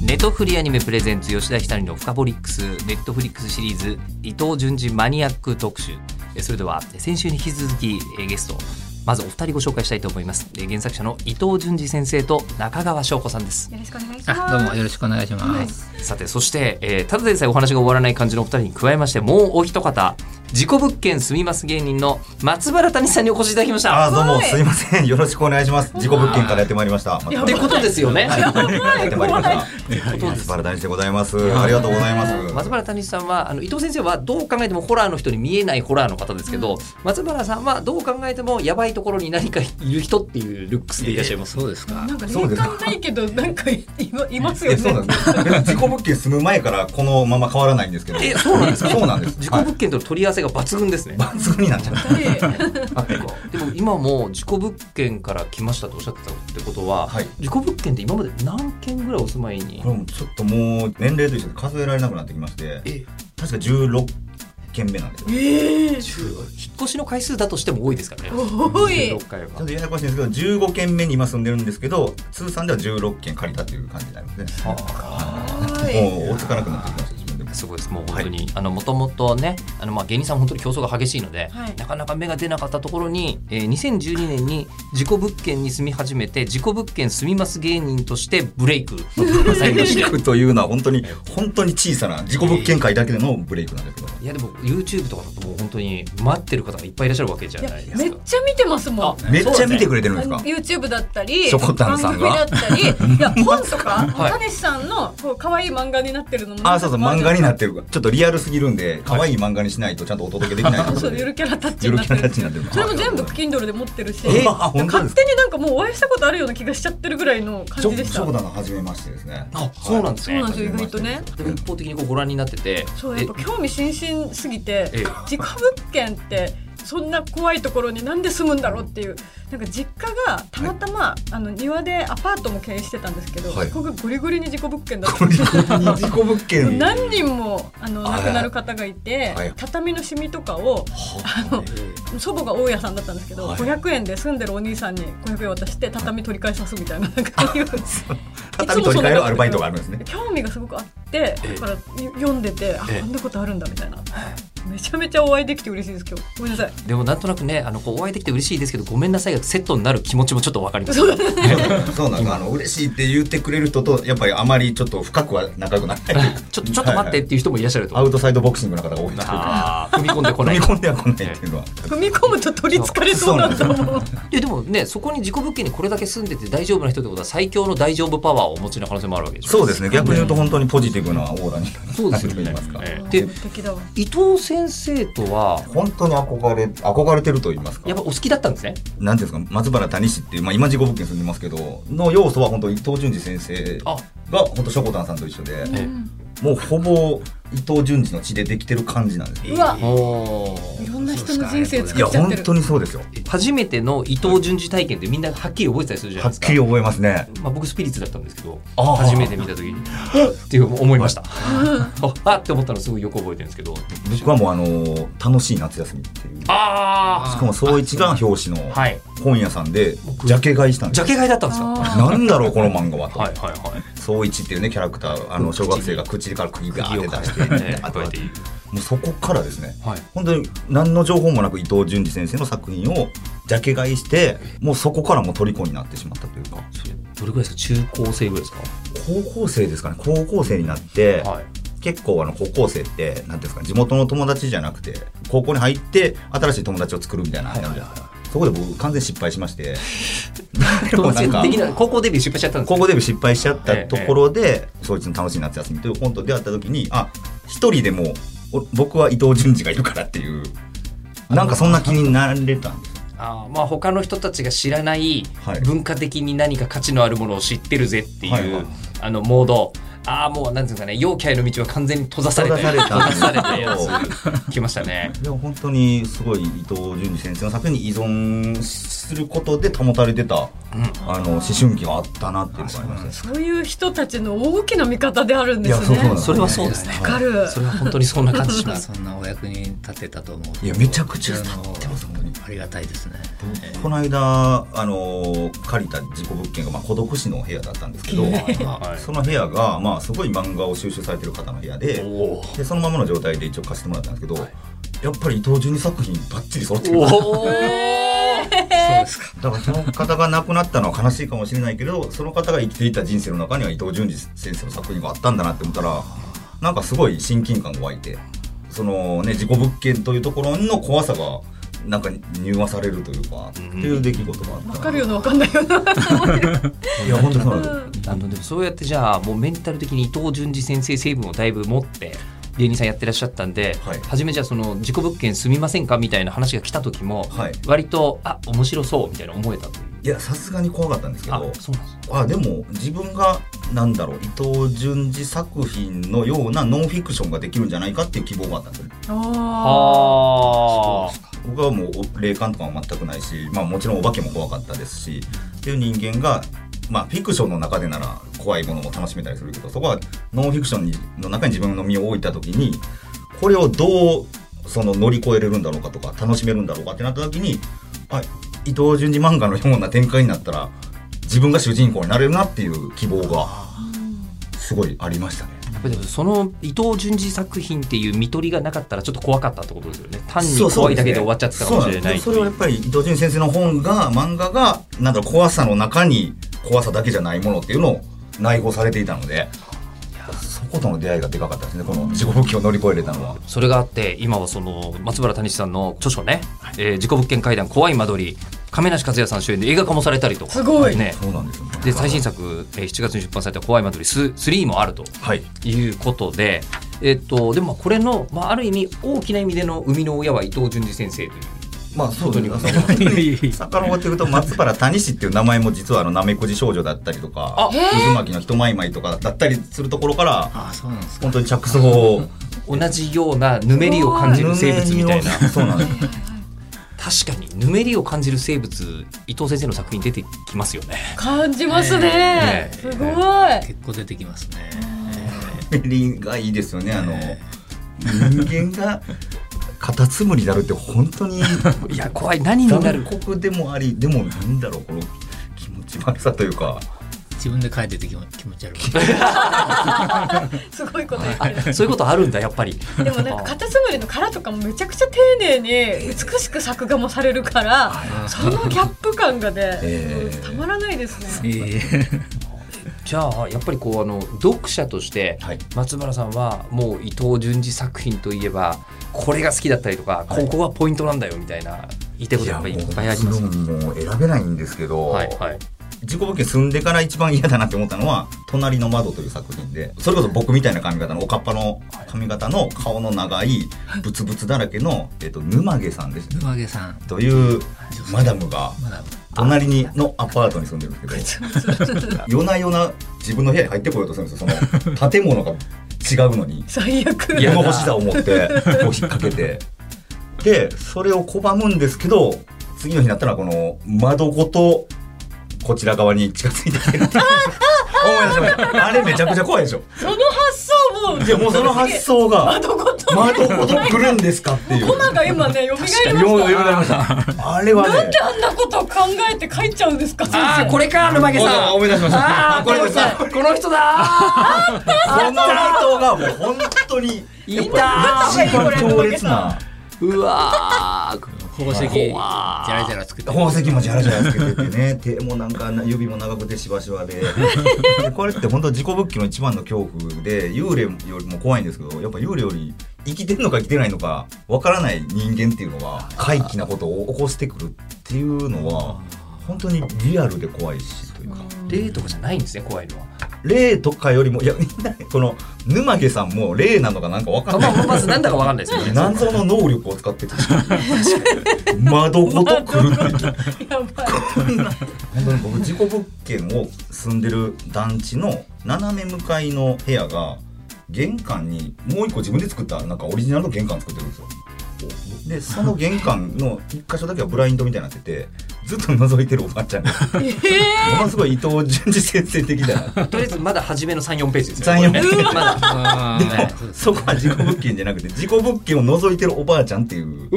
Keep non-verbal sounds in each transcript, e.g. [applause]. ネットフリアニメプレゼンツ吉田ひたりのフカボリックスネットフリックスシリーズ伊藤淳二マニアック特集えそれでは先週に引き続きえゲストまずお二人ご紹介したいと思いますえ原作者の伊藤淳二先生と中川翔子さんですよろしくお願いします。あどうもよろしくお願いします。さてそして、えーただでさえお話が終わらない感じのお二人に加えましてもうお一方自己物件住みます芸人の松原谷さんにお越しいただきましたあーどうもすごいすいませんよろしくお願いします事故物件からやってまいりましたまたってことですよね、はいやってまいりました怖い松原大地でございますありがとうございます松原谷さんはあの伊藤先生はどう考えてもホラーの人に見えないホラーの方ですけど、松原さんはどう考えてもやばいところに何かいる人っていうルックスでいらっしゃいます。そうですか。なんかそう霊です感ないけど、なんかいまいますよえそうなねん。ですでも事故物件住む前からこのまま変わらないんですけどえそうなんですかそうなんです自己はい物件との取り合わせが抜群ですね。 [laughs] 抜群になっ [laughs] ちゃうででも今も自己物件から来ましたとおっしゃってたってことは、はい自己物件って今まで何件ぐらいお住まいにこれもちょっともう年齢と一緒で数えられなくなってきましてえ確か16件目なんですよ引っ越しの回数だとしても多いですからね。おい16回はちょっとややこしいんですけど15件目に今住んでるんですけど通算では16件借りたという感じになりますねおいもう追いつかなくなってきました自分でもすごいですもう本当に、あのもともとねあのまあ芸人さん本当に競争が激しいので、はいなかなか芽が出なかったところに、えー、2012年に事故物件に住み始めて自己物件住みます芸人としてブレイクされましブレイてクというのは本当に本当に小さな自己物件会だけでのブレイクなんですけど、いやでも YouTube とかだともう本当に待ってる方がいっぱいいらっしゃるわけじゃやないでめすっか。ちゃ見てますもん。めっちゃ見てくくれてるんですか YouTube だったり、しょこたん番さ組んだがったり、いや [laughs] 本とか、はいたけしさんのこう可愛い漫画になってるのも。あそうそう漫画にななってるちょっとリアルすぎるんで可愛い漫画にしないとちゃんとお届けできないのる。でそうゆるキャラタッチゆになるっキャてラたる。ちになってるそれも全部 Kindle で持ってるし、えあ本当で勝すか手になんかもうお会いしたことあるような気がしちゃってるぐらいの感じでした。そうだな初めましてですねあそうなんですそうね。なんですよ意外とね。でも一方的にこうご覧になっててそうやっぱ興味津々すぎてええ自家物件ってそんな怖いところになんで住むんだろうっていうなんか実家がたまたま、あの庭でアパートも経営してたんですけど、はいそこがゴリゴリに自己物件だったこれに事故物もう [laughs] 件何人もあの亡くなる方がいて、はい畳のシミとかを祖母が大家さんだったんですけど、はい500円で住んでるお兄さんに500円渡して畳取り返さすみたいななんか [laughs] そういう畳取り替えるアルバイトがあるんですね興味がすごくあってだから読んでてあええこんなことあるんだみたいなめちゃめちゃお会いできて嬉しいです今日ごめんなさい [laughs] でもなんとなくねあのこうお会いできて嬉しいですけどごめんなさいがセットになる気持ちもちょっとわか [laughs] ります。そうなんですあの嬉しいって言ってくれる人とやっぱりあまりちょっと深くは仲良くないちょっとちょっと待ってっていう人もいらっしゃるとア思う。ウトサイドボクシングの方が多いなあー踏み込んでこ踏ないみ。込んではこないっていうのは踏み込むと取りつかれそうなんだもんいやでもねそこに自己物件にこれだけ住んでて大丈夫な人ってことは最強の大丈夫パワーをお持ちの可能性もあるわけでしょそうですね逆に言うと本当にポジティブなオーラにそうなでっすてよるとね言いますか、ええでで敵だわ伊藤先生とは本当に憧れ憧れてると言いますかやっぱお好きだったんですねなんていうんですか松原谷氏っていう、まあ、今事故物件住んでますけどの要素は本当伊藤潤二先生あが本当しょこたんさんと一緒でえもうほぼ伊藤潤二の血でできてる感じなんですようわおいろんな人の人生い作やっちゃっ本てる当にそうですよ初めての伊藤淳二体験ってみんなはっきり覚えてたりするじゃなはいでっすかきり覚えますねまあ、僕スピリッツだったんですけどあー初めて見た時にっていう思いました [laughs] ああって思ったのすごいよく覚えてるんですけど僕はもうあのー楽しい夏休みっていうしあかも総一が表紙のあはい本屋さんで僕ジャケ買いしたんでジすャよケ買いだったんですかはあなんだろうこの漫画はと、いはいはい総一っていうねキャラクターあの小学生が口から釘が釘当をてか出けしてて [laughs] ねあことうはやってもうそこからですねはい本当に何の情報もなく伊藤潤二先生の作品をジャケ買いしてもうそこからもう虜になってしまったというかそれどれぐらいですか中高生ぐらいですか高校生ですかね高校生になって、はい結構あの高校生って何ていうんですか地元の友達じゃなくて高校に入って新しい友達を作るみたいな、そこで僕完全に失敗しまして [laughs] でも友なん達かできない高校デビュー失敗しちゃったんです高よ校デビュー失敗しちゃったところで「そいつの楽しい夏休み」という本と出会った時にあ一人でもお僕は伊藤潤二がいるからっていうなんかそんな気になれたんですよあーまあ他の人たちが知らないはい文化的に何か価値のあるものを知ってるぜっていう、はいはいあのモードああもうなんていうんですかね陽キャへの道は完全に閉ざされて閉ざさ閉ざれたされたやつ来ましたね。でも本当にすごい伊藤潤二先生の作品に依存することで保たれてた、あの思春期があったなっていうのがありましたそういう人たちの大きな味方であるんですいやそうなんねで。すそれはそうですねわ。か [laughs] る。それは本当にそんな感じします。そんなお役に立てたと思ういいやめちゃくちゃ立ってます本当にありがたいですねこの間あの借りた事故物件が、まあ、孤独死の部屋だったんですけど、 [laughs] はいその部屋が、まあ、すごい漫画を収集されてる方の部屋でおーでそのままの状態で一応貸してもらったんですけど、やっぱり伊藤潤二作品ばっちり揃ってるおーそうですかだからその方が亡くなったのは悲しいかもしれないけどその方が生きていた人生の中には伊藤潤二先生の作品があったんだなって思ったらなんかすごい親近感が湧いてそのね事故物件というところの怖さがなんか入和されるというか、っていう出来事があったわかるようなわかんないような。いや本当そうなんですあのでもそうやってじゃあもうメンタル的に伊藤潤二先生成分をだいぶ持って芸人さんやってらっしゃったんで、はい初めじゃあその「事故物件住みませんか?」みたいな話が来た時も、はい割と「あ面白そう」みたいな思えたという。いやさすがに怖かったんですけあどそうなんですあでも自分がなんだろう伊藤潤二作品のようなノンフィクションができるんじゃないかっていう希望があったんですよああ僕はもう霊感とかも全くないし、まあ、もちろんお化けも怖かったですしっていう人間が、まあ、フィクションの中でなら怖いものも楽しめたりするけどそこはノンフィクションにの中に自分の身を置いた時にこれをどうその乗り越えれるんだろうかとか楽しめるんだろうかってなった時にあ伊藤潤二漫画のような展開になったら自分が主人公になれるなっていう希望がすごいありましたね。やっぱりでもその伊藤潤二作品っていう見取りがなかったらちょっと怖かったってことですよね単にそうそう怖いすだねけで終わっちゃってたかもしれないそうなんですそれはやっぱり伊藤潤先生の本が漫画がなんだろう怖さの中に怖さだけじゃないものっていうのを内包されていたのでそことの出会いがでかかったですねこの地獄期を乗り越えれたのは。それがあって今はその松原谷さんの著書ね「えー事故物件怪談怖い間取り」亀梨和也さん主演で映画化もされたりとかすごいねそうなんですよねで最新作、えー7月に出版された「怖い間取りス3」もあるとはいいうことで、えっとでもまあこれの、まあ、ある意味大きな意味での生みの親は伊藤潤二先生という。まあそうですね本本当に遡っていくと松原谷氏っていう名前も実はあのなめこじ少女だったりとあか渦巻きの人まいまいとかだったりするところからああそうなんですか本当に着想を同じようなぬめりを感じる生物みたいなそうなんです確かにぬめりを感じる生物伊藤先生の作品出てきますよねあ、感じますねね。すごい。結構出てきますねメリがいいですよねあの人間がカタツムリになるって本当 [laughs] にいや怖い何にな残る酷でもありでもなんだろうこの気持ち悪さというか自分で書いてて気持気持ち悪いすごいこと言ってる。そういうことあるんだやっぱり [laughs] でもなんかカタツムリの殻とかもめちゃくちゃ丁寧に美しく作画もされるからそのギャップ感がね、ええたまらないですね。えじゃあやっぱりこうあの読者としてはい松原さんはもう伊藤潤二作品といえばこれが好きだったりとか、ここがポイントなんだよみたいな言いたいことやっぱりいっぱいありますいやもうもう選べないんですけど、はいはい自己物件住んでから一番嫌だなって思ったのは「隣の窓」という作品でそれこそ僕みたいな髪型のおかっぱの髪型の顔の長いブツブツだらけの、えっと、沼毛さんですね沼毛さんというマダムがまだ隣にのアパートに住んでるんですけ [laughs] ど夜な夜な自分の部屋に入ってこようとするんですよその建物が違うのに最悪。やだ物干しだ思ってこう引っ掛けてでそれを拒むんですけど次の日になったらこの窓ごとこちら側に近づいてき [laughs] てるっていう思い出しましたあれめちゃくちゃ怖いでしょその発想もいやもうその発想が窓ごと窓ごと来るんです [laughs] かっていうコマが今ね蘇りました。ようようなりましたあれはなんねであんなことを考えて書いちゃうんですか先生。ああこれか沼毛さん思い出しましたああこれこの人だこの人がもう本当にいた一番強烈なうわー宝石じゃらじゃら作って宝石もじゃらじゃらつけててね手もなんか指も長くてしばし [laughs] ばででこれって本当事故物件の一番の恐怖で幽霊よりも怖いんですけどやっぱ幽霊より生きてんのか生きてないのかわからない人間っていうのが怪奇なことを起こしてくるっていうのは本当にリアルで怖いしというか。霊とかじゃないんですね怖いのは霊とかよりもいや [laughs] みんなこの沼毛さんも霊なのかなんかわかまんなあ、まい。ずなんだかわかんないですけどね。謎の能力を使ってた。 [laughs] 窓ごと来るっていう。やばい本当に僕事故物件を住んでる団地の斜め向かいの部屋が玄関にもう一個自分で作ったなんかオリジナルの玄関作ってるんですよでその玄関の一箇所だけはブラインドみたいになっててずっと覗いてるおばあちゃんがものすごい伊藤淳二先生的だ [laughs] なとりあえずまだ初めの3、4ページです残よ念ね。でまだあーねそうもそこは事故物件じゃなくて事故物件を覗いてるおばあちゃんっていう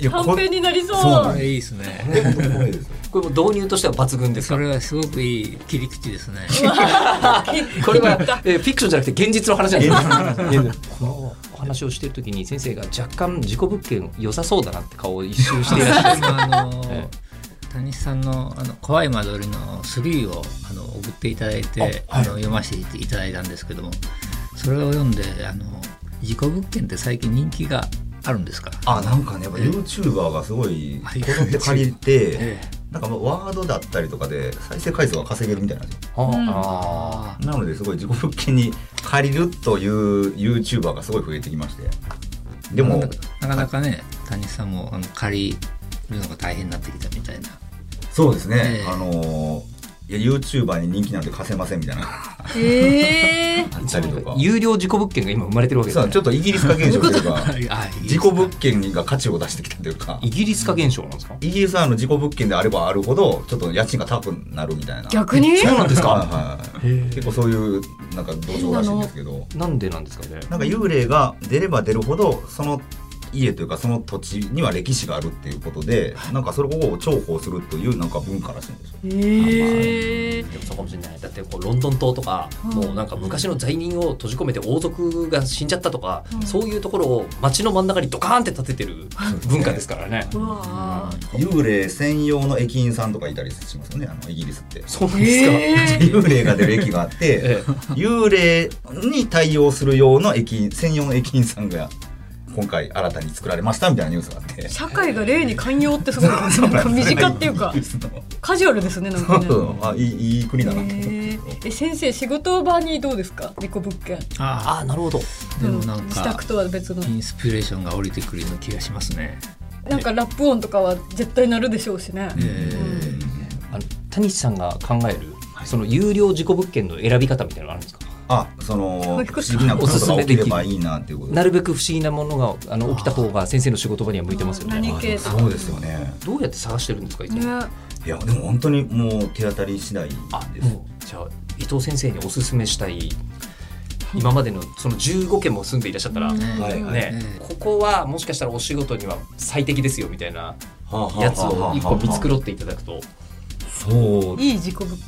いや短編これになりそうそうなこんれいいですね。本当に怖いですよこれも導入としては抜群ですそかれはすごくいい切り口ですね。 [laughs] これは、えーフィクションじゃなくて現実の話なんです現実このお話をしてる時に先生が若干事故物件良さそうだなって顔を一周していらっ [laughs] しゃる今あのーえ谷さんのあの怖い間取りの3をあの送っていただいて、あの読ませていただいたんですけどもそれを読んであの事故物件って最近人気があるんですかあなんかねやっぱ YouTuber がすごいはいこぞって借りて、 [laughs] えなんかもうワードだったりとかで再生回数が稼げるみたいなんですよあんあなのですごい自己物件に借りるという YouTuber がすごい増えてきましてででももなかなかね谷さんもあの借りるのが大変になってきたみたいなそうですね、ええあのーいや YouTuber に人気なんて貸せませんみたいなええー言ったりとか有料事故物件が今生まれてるわけですさあねちょっとイギリス化現象という [laughs] かあいいです自己物件が価値を出してきたというかイギリス化現象なんですかイギリスはあの自己物件であればあるほどちょっと家賃が高くなるみたいな逆にそうなんですはいかはい結構そういうなんか土壌らしいんですけどなんでなんですかねなんか幽霊が出れば出るほどその家というかその土地には歴史があるっていうことでなんかそれを重宝するというなんか文化らしいんですよ。ええでもそうかもしれないだってこうロンドン島とか、うんもうなんか昔の罪人を閉じ込めて王族が死んじゃったとか、うんそういうところを街の真ん中にドカーンって建ててる文化ですからね。うわー幽霊専用の駅員さんとかいたりしますよねあのイギリスって。そうなんですか、えー幽霊が出る駅があってええ幽霊に対応する用の駅員専用の駅員さんが今回新たに作られましたみたいなニュースがあって。社会が霊に寛容ってすごいなんか身近っていうかイギリスのカジュアルですねなんそかうねそうあいいいい国だなと思って。えーえ先生仕事場にどうですか自己物件あああなるほどーでもなん自か宅とは別のインスピレーションが降りてくるような気がしますね、なんかラップ音とかは絶対鳴るでしょうしねえーあの谷さんが考えるその有料事故物件の選び方みたいなのあるんですかあそのういうこと不思議なことが起きればいいなっていうことなるべく不思議なものがあの起きた方が先生の仕事場には向いてますよね何系とそうですよねどうやって探してるんですかいつねも、いやでも本当にもう手当たり次第であすもうじゃあ伊藤先生におすすめしたい今までのその15件も住んでいらっしゃったら、ねはいはいここはもしかしたらお仕事には最適ですよみたいなややつを一個見繕っていただくとそういい自己物件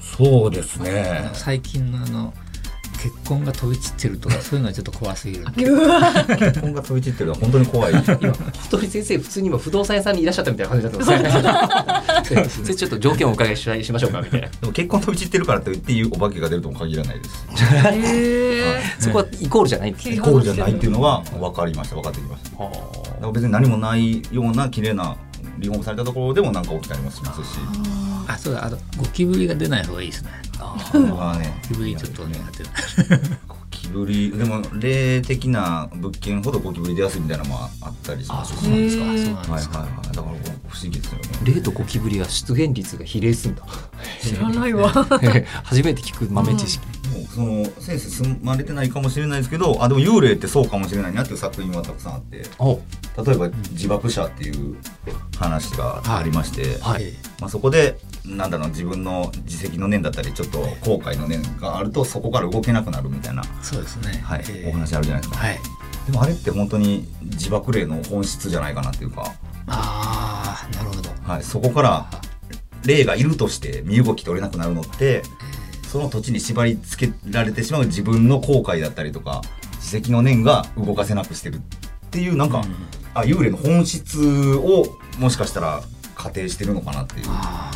そうです [laughs] ね最近のあの結婚が飛び散ってるとかそういうのはちょっと怖すぎるうわ結婚が飛び散ってるのは本当に怖い服部先生普通に今不動産屋さんにいらっしゃったみたいな感じ [laughs] だったんですねそれちょっと条件をお伺いししましょうかみたいなでも結婚飛び散ってるからといっていうお化けが出るとも限らないですしへえそこはイコールじゃないんですね切イりコールじゃないっていうのは分かりました分かってきましたはだから別に何もないような綺麗なリフォームされたところでもなんか起きたりもしますしあそうだあとゴキブリが出ない方がいいですねあこれはねゴキブリちょっと苦手だゴキブリでも霊的な物件ほどゴキブリ出やすいみたいなのもあったりしますそうなんですかへーそうなんはでいすかはいはいだから不思議ですよね例とゴキブリは出現率が比例するんだ知らないわ [laughs] 初めて聞く豆知識、もうその先生住まれてないかもしれないですけどあでも幽霊ってそうかもしれないなっていう作品はたくさんあってお例えば自爆者っていう話がありまして、はいまあ、そこでなんだろう自分の自責の念だったりちょっと後悔の念があるとそこから動けなくなるみたいな、そうですねはいえーお話あるじゃないですか、はいでもあれって本当に自爆霊の本質じゃないかなっていうか、ああなるほどはい、そこから霊がいるとして身動き取れなくなるのってその土地に縛り付けられてしまう自分の後悔だったりとか自責の念が動かせなくしてるっていうなんか、うんあ幽霊の本質をもしかしたら仮定してるのかなっていうあ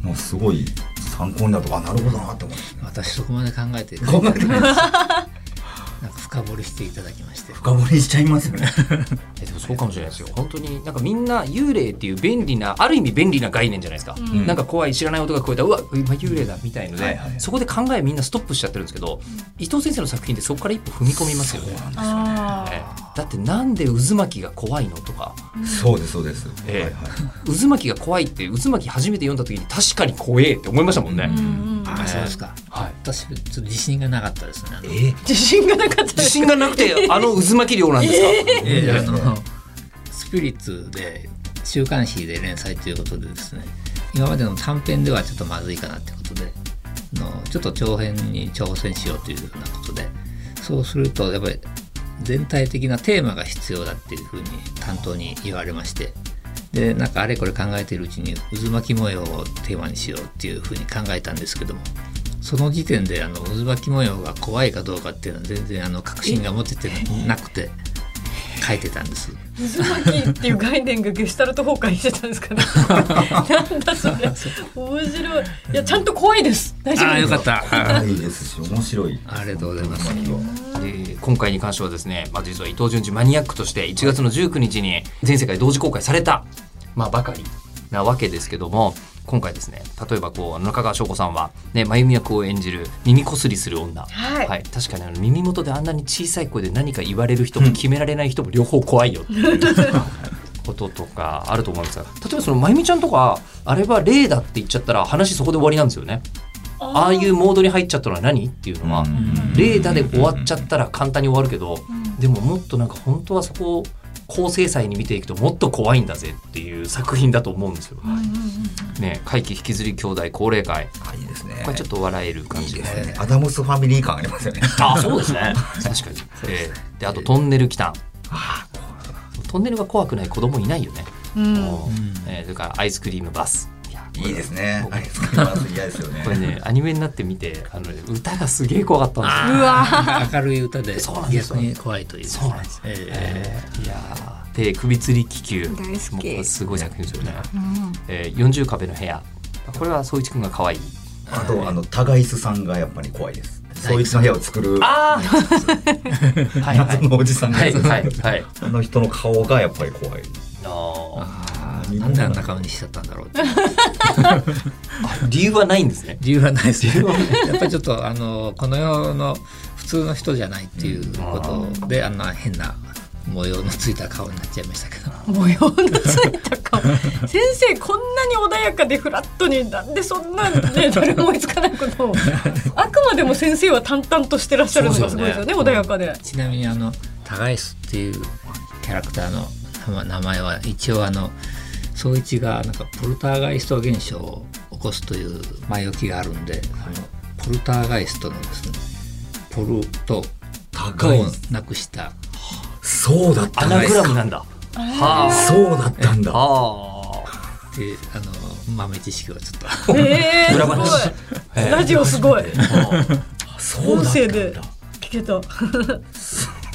のすごい参考になるとかなるほどなって思いますー私そこまで考えてね。考えてないですなんか深掘りしていただきまして深掘りしちゃいますよねえでもそうかもしれないですよ本当になんかみんな幽霊っていう便利なある意味便利な概念じゃないですか、うんなんか怖い知らない音が聞こえたうわ今幽霊だみたいので、はいはいそこで考えみんなストップしちゃってるんですけど、伊藤先生の作品でそこから一歩踏み込みますよねあえだってなんで渦巻きが怖いのとかそうですそうです、ええはいはい渦巻きが怖いって渦巻き初めて読んだ時に確かに怖えって思いましたもんね、ーうんうんああそうですかはい私ちょっと自信がなかったですねあの自信がなかったで自す信がなくてあの渦巻き量なんですか、えええあのスピリッツで週刊誌で連載ということでですね今までの短編ではちょっとまずいかなってことであのちょっと長編に挑戦しようというようなことでそうするとやっぱり全体的なテーマが必要だっていうふうに担当に言われましてでなんかあれこれ考えているうちに渦巻き模様をテーマにしようっていうふうに考えたんですけどもその時点であの渦巻き模様が怖いかどうかっていうのは全然あの確信が持ててなくて書いてたんです。渦巻きっていう概念がゲシュタルト崩壊してたんですかねなんだそれ面白いいやちゃんと怖いです大丈あ夫あでよすかった。怖いですし面白いありがとうございます本当に今日はで今回に関してはですね、まあ、実は伊藤潤二マニアックとして1月の19日に全世界同時公開された、まあ、ばかりなわけですけども今回ですね例えばこう中川翔子さんは、ね、真由美役を演じる耳こすりする女、はい確かにあの耳元であんなに小さい声で何か言われる人も決められない人も両方怖いよっていう。こととかあると思うんですが例えばそのまゆみちゃんとかあれは霊だって言っちゃったら話そこで終わりなんですよねああいうモードに入っちゃったのは何っていうのはうんレーダーで終わっちゃったら簡単に終わるけど、でももっとなんか本当はそこを高精細に見ていくともっと怖いんだぜっていう作品だと思うんですよ。ねえ、怪奇引きずり兄弟高齢会あいいですねこれちょっと笑える感いいじでですねアダムスファミリー感あります [laughs] よねあそうですね確かに、ええであとトンネル来たあトンネルが怖くない子供いないよね、うんもうええそれからアイスクリームバスいやいいですね僕あれ作ります嫌ですよねこれねアニメになってみてあの歌がすげえ怖かったんですようわ明るい歌でそうなんです逆に怖いという。そうなんですよええーいやーで首吊り気大球好きもうこれすごい作品ですよね、えー、40壁の部屋これは総一くんが可愛いあとあのタガイスさんがやっぱり怖いですそういうの部屋を作るああはいは謎いのおじさんがはいはいはいあの人の顔がやっぱり怖いあーなんであんな顔にしちゃったんだろうって。ー理由はないんですね理由はないですけど、やっぱりちょっとあのこの世の普通の人じゃないっていうことで、あんな変な模様のついた顔になっちゃいましたけど。模様のついた顔先生こんなに穏やかでフラットになんでそんなね誰も思いつかないことをあくまでも先生は淡々としてらっしゃるのがすごいですよねそう穏ですよねやかでちなみにあのタガエスっていうキャラクターの名名前は一応あの宗一がなんかポルターガイスト現象を起こすという前置きがあるんで、あのポルターガイストのですねポルとタガガイをスなくしたそうだっアたんナでグすラムかなんだはあそうだったんだあっていうあの豆知識をちょっとえー、裏話すごいラジオすごいーそう音だ声でったんだ聞けた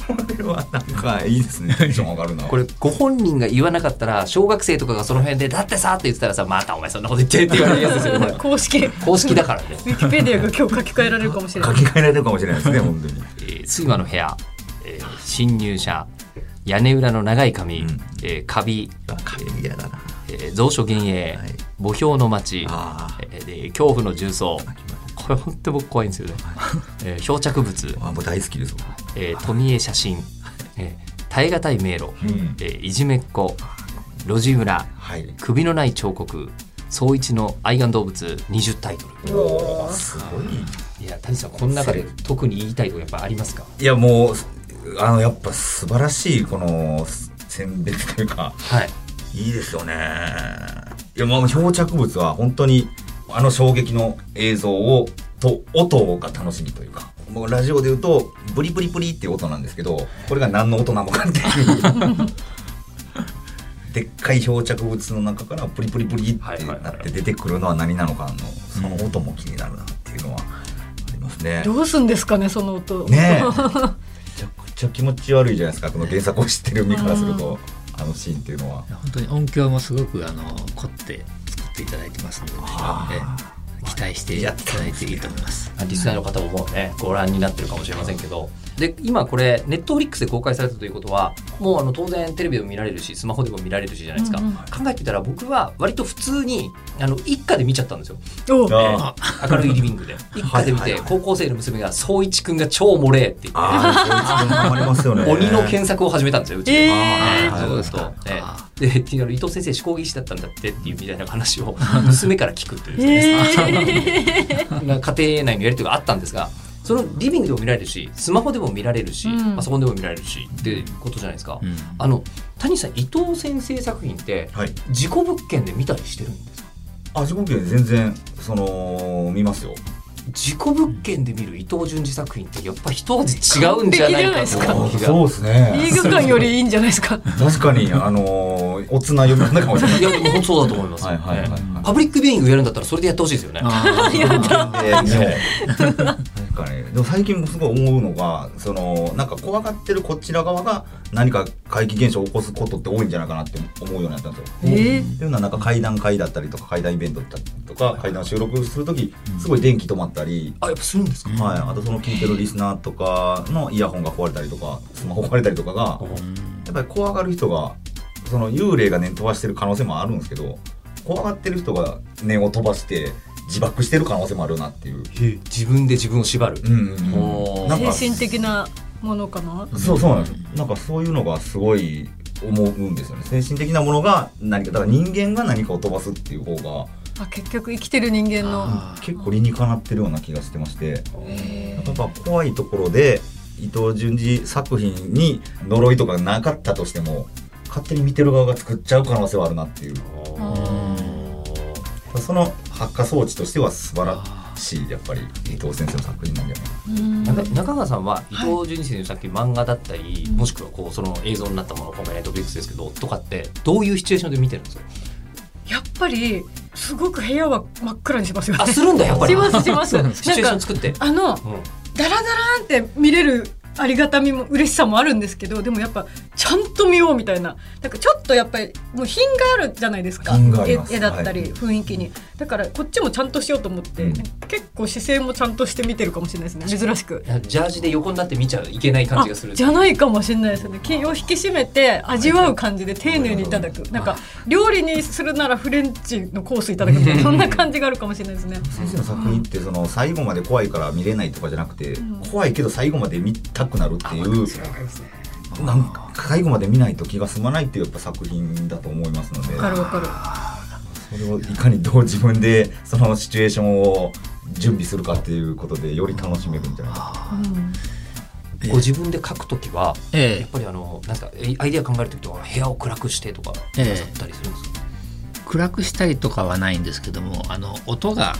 これはなんかいいですねテンション上がるなこれご本人が言わなかったら小学生とかがその辺で「だってさ」って言ってたらさ「またお前そんなこと言って」って言われるやつですよこれ公式ウ公式だからねィキペディアが今日書き換えられるかもしれな書いき換えられるかもしれないですね本当に [laughs] えー睡魔の部屋、えー侵入者屋根裏の長い髪、えーカビ、神嫌だなえー蔵書幻影、はい墓標の街、あえーで恐怖の重曹これ本当僕怖いんですよね、えー漂着物、あもう大好きですわえー富江写真、えー耐え難い迷路、んえーいじめっ子路地裏はい首のない彫刻総一の愛玩動物20タイトルおーすごいいや谷さんこの中で特に言いたいことやっぱありますかいやもうあのやっぱ素晴らしいこの選別というかはいいいですよねいやまあ漂着物は本当にあの衝撃の映像をと音が楽しみというかもうラジオで言うとブリブリブリっていう音なんですけどこれが何の音なのかっていうでっかい漂着物の中からブリブリブリってなって出てくるのは何なのかのその音も気になるなっていうのはありますね。どうすんですかねその音ねえめちゃくちゃ気持ち悪いじゃないですかこの原作を知ってる身からするとあのシーンっていうのは。本当に音響もすごくあの凝って作っていただいてますので、えー期待していただいていいと思います。リスナーの方ももうねご覧になってるかもしれませんけどで今これネットフリックスで公開されたということはもうあの当然テレビでも見られるしスマホでも見られるしじゃないですか、うんうん考えてみたら僕は割と普通にあの一家で見ちゃったんですよおうあ明るいリビン [laughs] グで一家で見てはいはいはい高校生の娘が「総一くんが超漏れ」って言っあー、困りますよね。て鬼の検索を始めたんですようちで。えーはいずっあーとそうですかえあえでっていうの伊藤先生、思考技師だったんだってっていうみたいな話 [laughs] を娘から聞くというですねえ [laughs] な [laughs] 家庭内のやり取りがあったんですがそのリビングでも見られるしスマホでも見られるし、うんパソコンでも見られるしっていうことじゃないですか、うんあの谷さん伊藤先生作品ってはい。事故物件で見たりしてるんですかあ、自己系全然、その、見ますよ。事故物件で見る伊藤潤二作品ってやっぱ一味違うんじゃないかと完思あうー気がそうですね。映画館よりいいんじゃないですか。確かに、あのー、おつな呼び込んだかもしれないい。やでも本当そうだと思います、はいはいはいはい。パブリックビューイングやるんだったらそれでやってほしいですよねあーえーでも確かにでも最近もすごい思うのがそのなんか怖がってるこちら側が何か怪奇現象を起こすことって多いんじゃないかなって思うようになったんですよ。ええっていうのはなんか怪談会だったりとか怪談イベントだったりとか怪談収録する時すごい電気止まったり、あやっぱするんですかはい、あとその聞いてるリスナーとかのイヤホンが壊れたりとかスマホ壊れたりとかがやっぱり怖がる人がその幽霊が念飛ばしてる可能性もあるんですけど怖がってる人が念を飛ばして自爆してる可能性もあるなっていう。自分で自分を縛るうんうんうんおーなんか精神的なものかな。そうそうなんですよなんかそういうのがすごい思うんですよね精神的なものが何かだから人間が何かを飛ばすっていう方あ結局生きてる人間の。が結構理にかなってるような気がしてましてえやっぱ怖いところで伊藤潤二作品に呪いとかなかったとしても勝手に見てる側が作っちゃう可能性はあるなっていうえうんその発火装置としては素晴らしいやっぱり伊藤先生の作品なんじゃないかうん中中川さんは伊藤潤二先生のさっき漫画だったり、もしくはこうその映像になったもの今回ネットフリックスですけどとかってどういうシチュエーションで見てるんですかやっぱりすごく部屋は真っ暗にしますよねあ。するんだやっぱりしますします。なんシチュエーションか作って、あのうんダラダラーンって見れるありがたみも嬉しさもあるんですけどでもやっぱちゃんと見ようみたいななんかちょっとやっぱりもう品があるじゃないですか品があります絵絵だったりはい雰囲気に、だからこっちもちゃんとしようと思って、うん結構姿勢もちゃんとして見てるかもしれないですね珍しく。ジャージで横になって見ちゃいけない感あじがするじゃないかもしれないですね気を引き締めて味わう感じで丁寧にいただくなんか料理にするならフレンチのコースいただくみたいなそんな感じがあるかもしれないですね。先生の作品ってその最後まで怖いから見れないとかじゃなくて、うん怖いけど最後まで見たくなるっていうですねなんか最後まで見ないと気が済まないっていうやっぱ作品だと思いますのでわかるわかる。それをいかにどう自分でそのシチュエーションを準備するかっていうことでより楽しめるんじゃないかうんご自分で書くときはえやえっぱりあのなんかえアイデア考えるときとか部屋を暗くしてとかええなさったりするんですか、暗くしたりとかはないんですけどもあの音が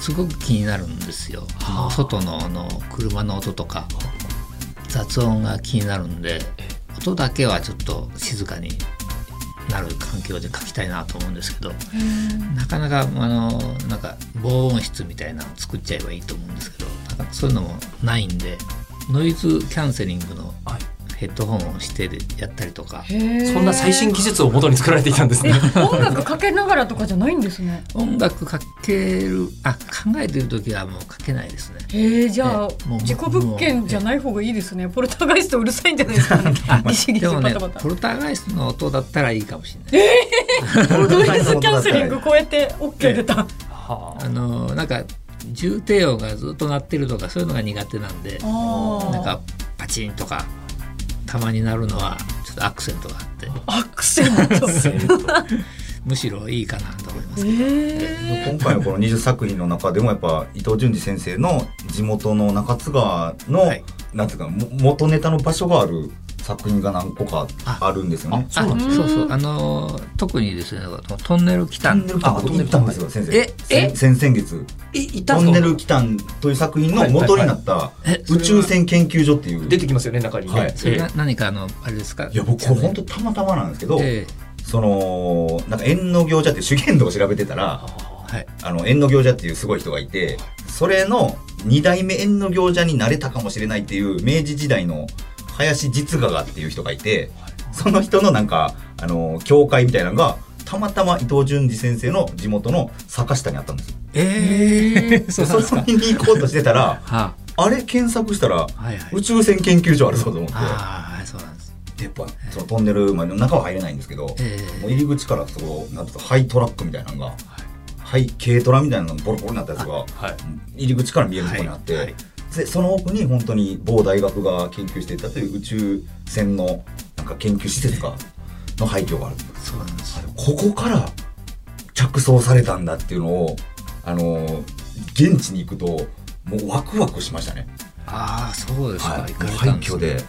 すごく気になるんですよあの外のあの車の音とか雑音が気になるんで音だけはちょっと静かになる環境で書きたいなと思うんですけどなかなかあのなんか防音室みたいなの作っちゃえばいいと思うんですけどなんかそういうのもないんでノイズキャンセリングのはいヘッドホンをしてでやったりとかそんな最新技術を元に作られていたんですえね音楽かけながらとかじゃないんですね。音楽かけるあ考えてる時はもうかけないですねへえじゃあええもう自己物件じゃない方がいいですね。ポルターガイストうるさいんじゃないですか、 [laughs] ね。ギシギシでもバねタバタポ。ルターガイストの音だったらいいかもしれない、ノイズキャンセリング超えて OK 出た。はああのなんか重低音がずっと鳴ってるとかそういうのが苦手なんであなんーかパチンとかたまになるのはちょっとアクセントがあってアクセント。むしろいいかなと思いますけどえ今回のこの20作品の中でもやっぱ伊藤潤二先生の地元の中津川の、はいなんていうかも元ネタの場所がある作品が何個かあるんですよね。そうなんあですねそうそうあの特にですねトンネル来たんあ、行ったんですよ、先生。ええ先先々月。え行ったトんですンかネルキタンという作品の元になったえそれ宇は宙船研究所っていう。出てきますよね中にね、はいそれえが何かあのあれですかいや、僕、これ本当たまたまなんですけど、ええその、なんか縁の行者っていう修験道を調べてたら、はいあの、縁の行者っていうすごい人がいて、それの二代目縁の行者になれたかもしれないっていう明治時代の林実画がっていう人がいて、その人のなんか、あの、教会みたいなのが、たまたま伊藤潤二先生の地元の坂下にあったんですよ。ええそうなんですか [laughs] そこに行こうとしてたら、はあれ検索したらはいはい宇宙船研究所あるぞと思ってああはいそうなんですやっぱそのトンネルまで中は入れないんですけど、ええもう入り口からそこなんとハイトラックみたいなのが、ハイ軽トラみたいなのボロボロになったやつが、はい入り口から見えるところにあって、はいはいでその奥に本当に某大学が研究していたという宇宙船のなんか研究施設がの廃墟があるそうなんですよここから着想されたんだっていうのをあの現地に行くともうワクワクしましたね。ああそうですか、はい、行かもうれ廃たんです墟ねで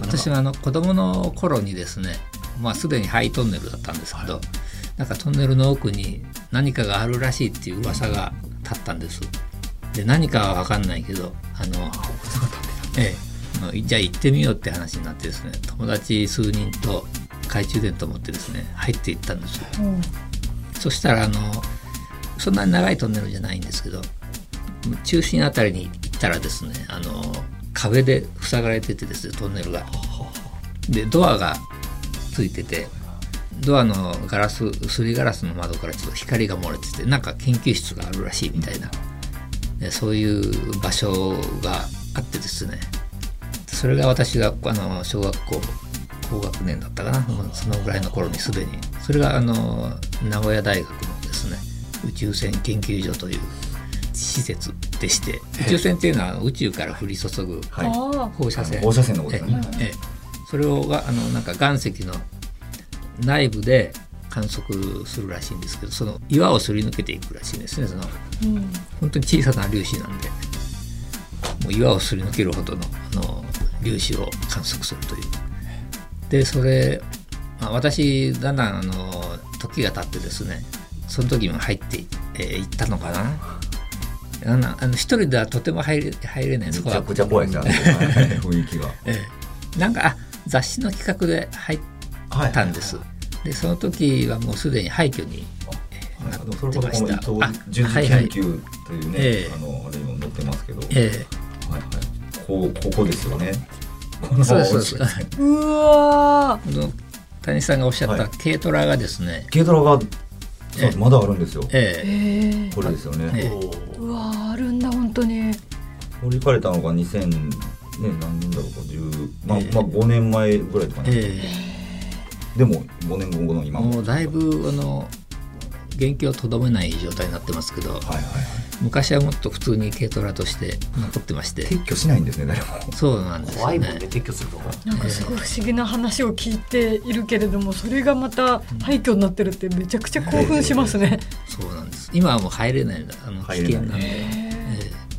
私はあの子供の頃にですね、まあ、すでにハイトンネルだったんですけど、なんかトンネルの奥に何かがあるらしいっていう噂が立ったんですで何かは分かんないけどあのええあのじゃあ行ってみようって話になってですね友達数人と懐中電灯持ってですね入っていったんですようんそしたらあのそんなに長いトンネルじゃないんですけど中心あたりに行ったらですねあの壁で塞がれててですねトンネルが。でドアがついててドアのガラスすりガラスの窓からちょっと光が漏れててなんか研究室があるらしいみたいなでそういう場所があってですねそれが私があの小学校高学年だったかなもうそのぐらいの頃にすでにそれがあの名古屋大学のですね宇宙船研究所という施設でして宇宙船っていうのは宇宙から降り注ぐはいあ放射線放射線のことですね。ええええそれをがあのなんか岩石の内部で観測するらしいんですけどその岩をすり抜けていくらしいんですねそのあ、うん、本当に小さな粒子なんでもう岩をすり抜けるほどのあの粒子を観測するという。でそれ、まあ、私だんだんあの時が経ってですねその時も入ってい、えー行ったのかな。だんだんあの一人ではとても入れ入れないそこめちはゃくちゃ怖いですね、あの雰囲気が。ええなんかあ雑誌の企画で入ったんです、でその時はもうすでに廃墟にはいなっでもてそれこそましこの伊た藤純あは次いは研い究というね、ええあのあれにも載ってますけど、はいえはい、こうここですよね。このそうですそうでうわえこの谷さんがおっしゃっはたい軽トラがですね、軽トラが、ええそうまだあるんですよ。ーえええこれですよね。えええうわーあるんだ本当にこれ行かれたのが2000ね何年だろうか10まあ、ええまあ5年前ぐらいとかね。えでも5年後の今も。もうだいぶあの元気をとどめない状態になってますけどはいはいはい。昔はもっと普通に軽トラとして残ってまして撤去しないんですね誰も。そうなんですよ怖いもんねね撤去するとこなんかすごい不思議な話を聞いているけれどもそれがまた廃墟になってるってめちゃくちゃ興奮しますね。そうなんです今はもう入れないあの危入れ険ないなんで、え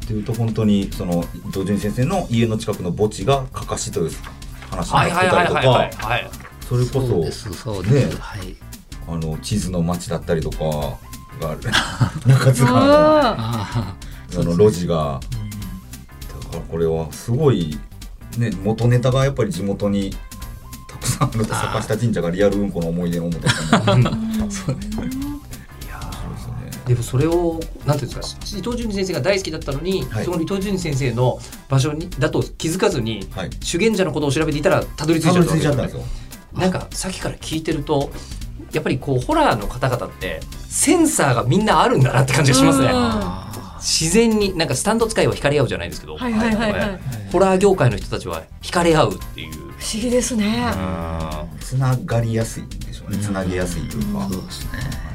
えっていうと本当にその伊藤純次先生の家の近くの墓地がかかしという話になはっいてはいたはりいとはいはいか、はいそれこそうそですそうです、ねはいあの地図の街だったりとかがある [laughs] 中津川ああのあの路地あ、がうんだからこれはすごい、ね、元ネタがやっぱり地元にたくさんあると坂下神社がリアルうんこの思い出の表だったんでいや [laughs] そうですよねーでもそれをなんていうんですか伊藤潤二先生が大好きだったのに、はいその伊藤潤二先生の場所にだと気づかずにはい修験者のことを調べていたらたどり着いちゃたったどわけり着いちゃったんですよなんかさっきから聞いてるとやっぱりこうホラーの方々ってセンサーがみんなあるんだなって感じがしますねうんあ自然になんかスタンド使いは惹かれ合うじゃないですけど、ーはいはいはいはいこれホラー業界の人たちは惹かれ合うっていう不思議ですね。つながりやすいんでしょうねつなげやすいというかあ、そうですね。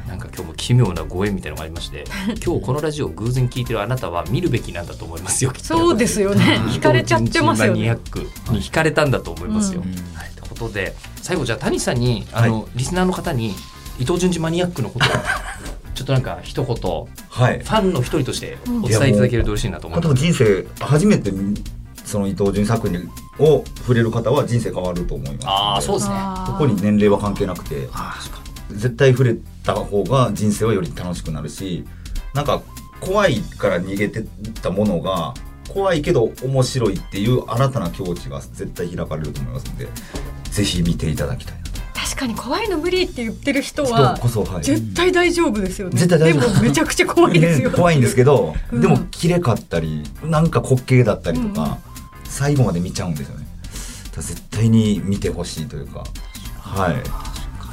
なんか今日も奇妙なご縁みたいなのがありまして [laughs] 今日このラジオを偶然聞いてるあなたは見るべきなんだと思いますよきっと [laughs] そうですよねうん惹かれちゃってますよねマニアックに惹かれたんだと思いますよ、ううんはい、ということで最後じゃあ谷さんにあの、リスナーの方に伊藤潤二マニアックの [laughs] ことをちょっとなんか一言フはいァンの一人としてお伝えいただけると嬉しいなと思い本ま当す。人生初めてその伊藤潤作品を触れる方は人生変わると思いますああそうですね。あーここに年齢は関係なくてあー絶対触れた方が人生はより楽しくなるしなんか怖いから逃げてたものが怖いけど面白いっていう新たな境地が絶対開かれると思いますのでぜひ見ていただきたいなと確かに怖いの無理って言ってる人人はこそはい絶対大丈夫ですよね。絶対大丈夫でもめちゃくちゃ怖いですよ。ね怖いんですけど、うんでもきれかったりなんか滑稽だったりとか、うんう最後まで見ちゃうんですよねだから絶対に見てほしいというかはい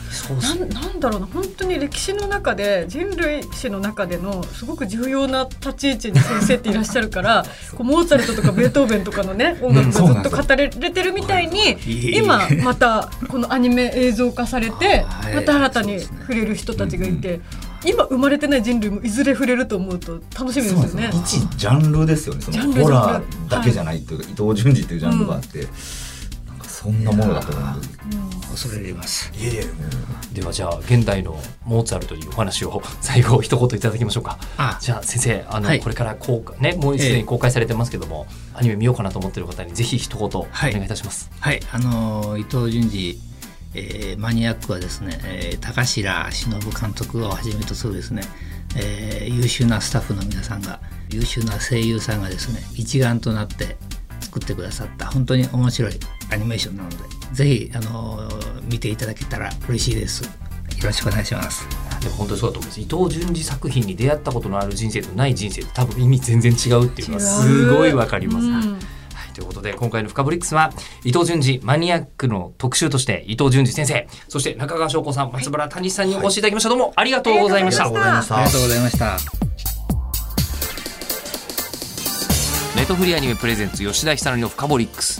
そうなそうんなんだろうな本当に歴史の中で人類史の中でのすごく重要な立ち位置に先生っていらっしゃるから [laughs] こうモーツァルトとかベートーベンとかのね音楽そうがなんずっでとすよ語られてるみたいにいえ今またこのアニメ映像化されて [laughs] はいまた新たにそうですね触れる人たちがいて今生まれてない人類もいずれ触れると思うと楽しみですよね。一ジャンルですよねそジャンのルホラーだけじゃないというか、伊藤潤二というジャンルがあって、なんかそんなものだと思うんです恐れ入りますいえいえもではじゃあ現代のモーツァルトというお話を最後一言いただきましょうかあじゃあ先生あの、はいこれから公開ねもうすでに公開されてますけども、アニメ見ようかなと思ってる方にぜひ一言おはい願いいたします、はいあの伊藤潤二えーマニアックはですね、えー高階忍監督をはじめとするですね、えー優秀なスタッフの皆さんが優秀な声優さんがですね一丸となって作ってくださった本当に面白いアニメーションなのでぜひ、あの見ていただけたら嬉しいですよろしくお願いしますでも本当にそうだと思います伊藤潤二作品に出会ったことのある人生とない人生と多分意味全然違うっていうのはすごいわかります、うんはい、ということで今回の「フカボリックス」は伊藤潤二マニアックの特集として伊藤潤二先生そして中川翔子さん松原谷さんにお越しいただきました、どうもありがとうございました。うございましありがたとうございましたネットフリーアニメプレゼンツ吉田久典のフカボリックス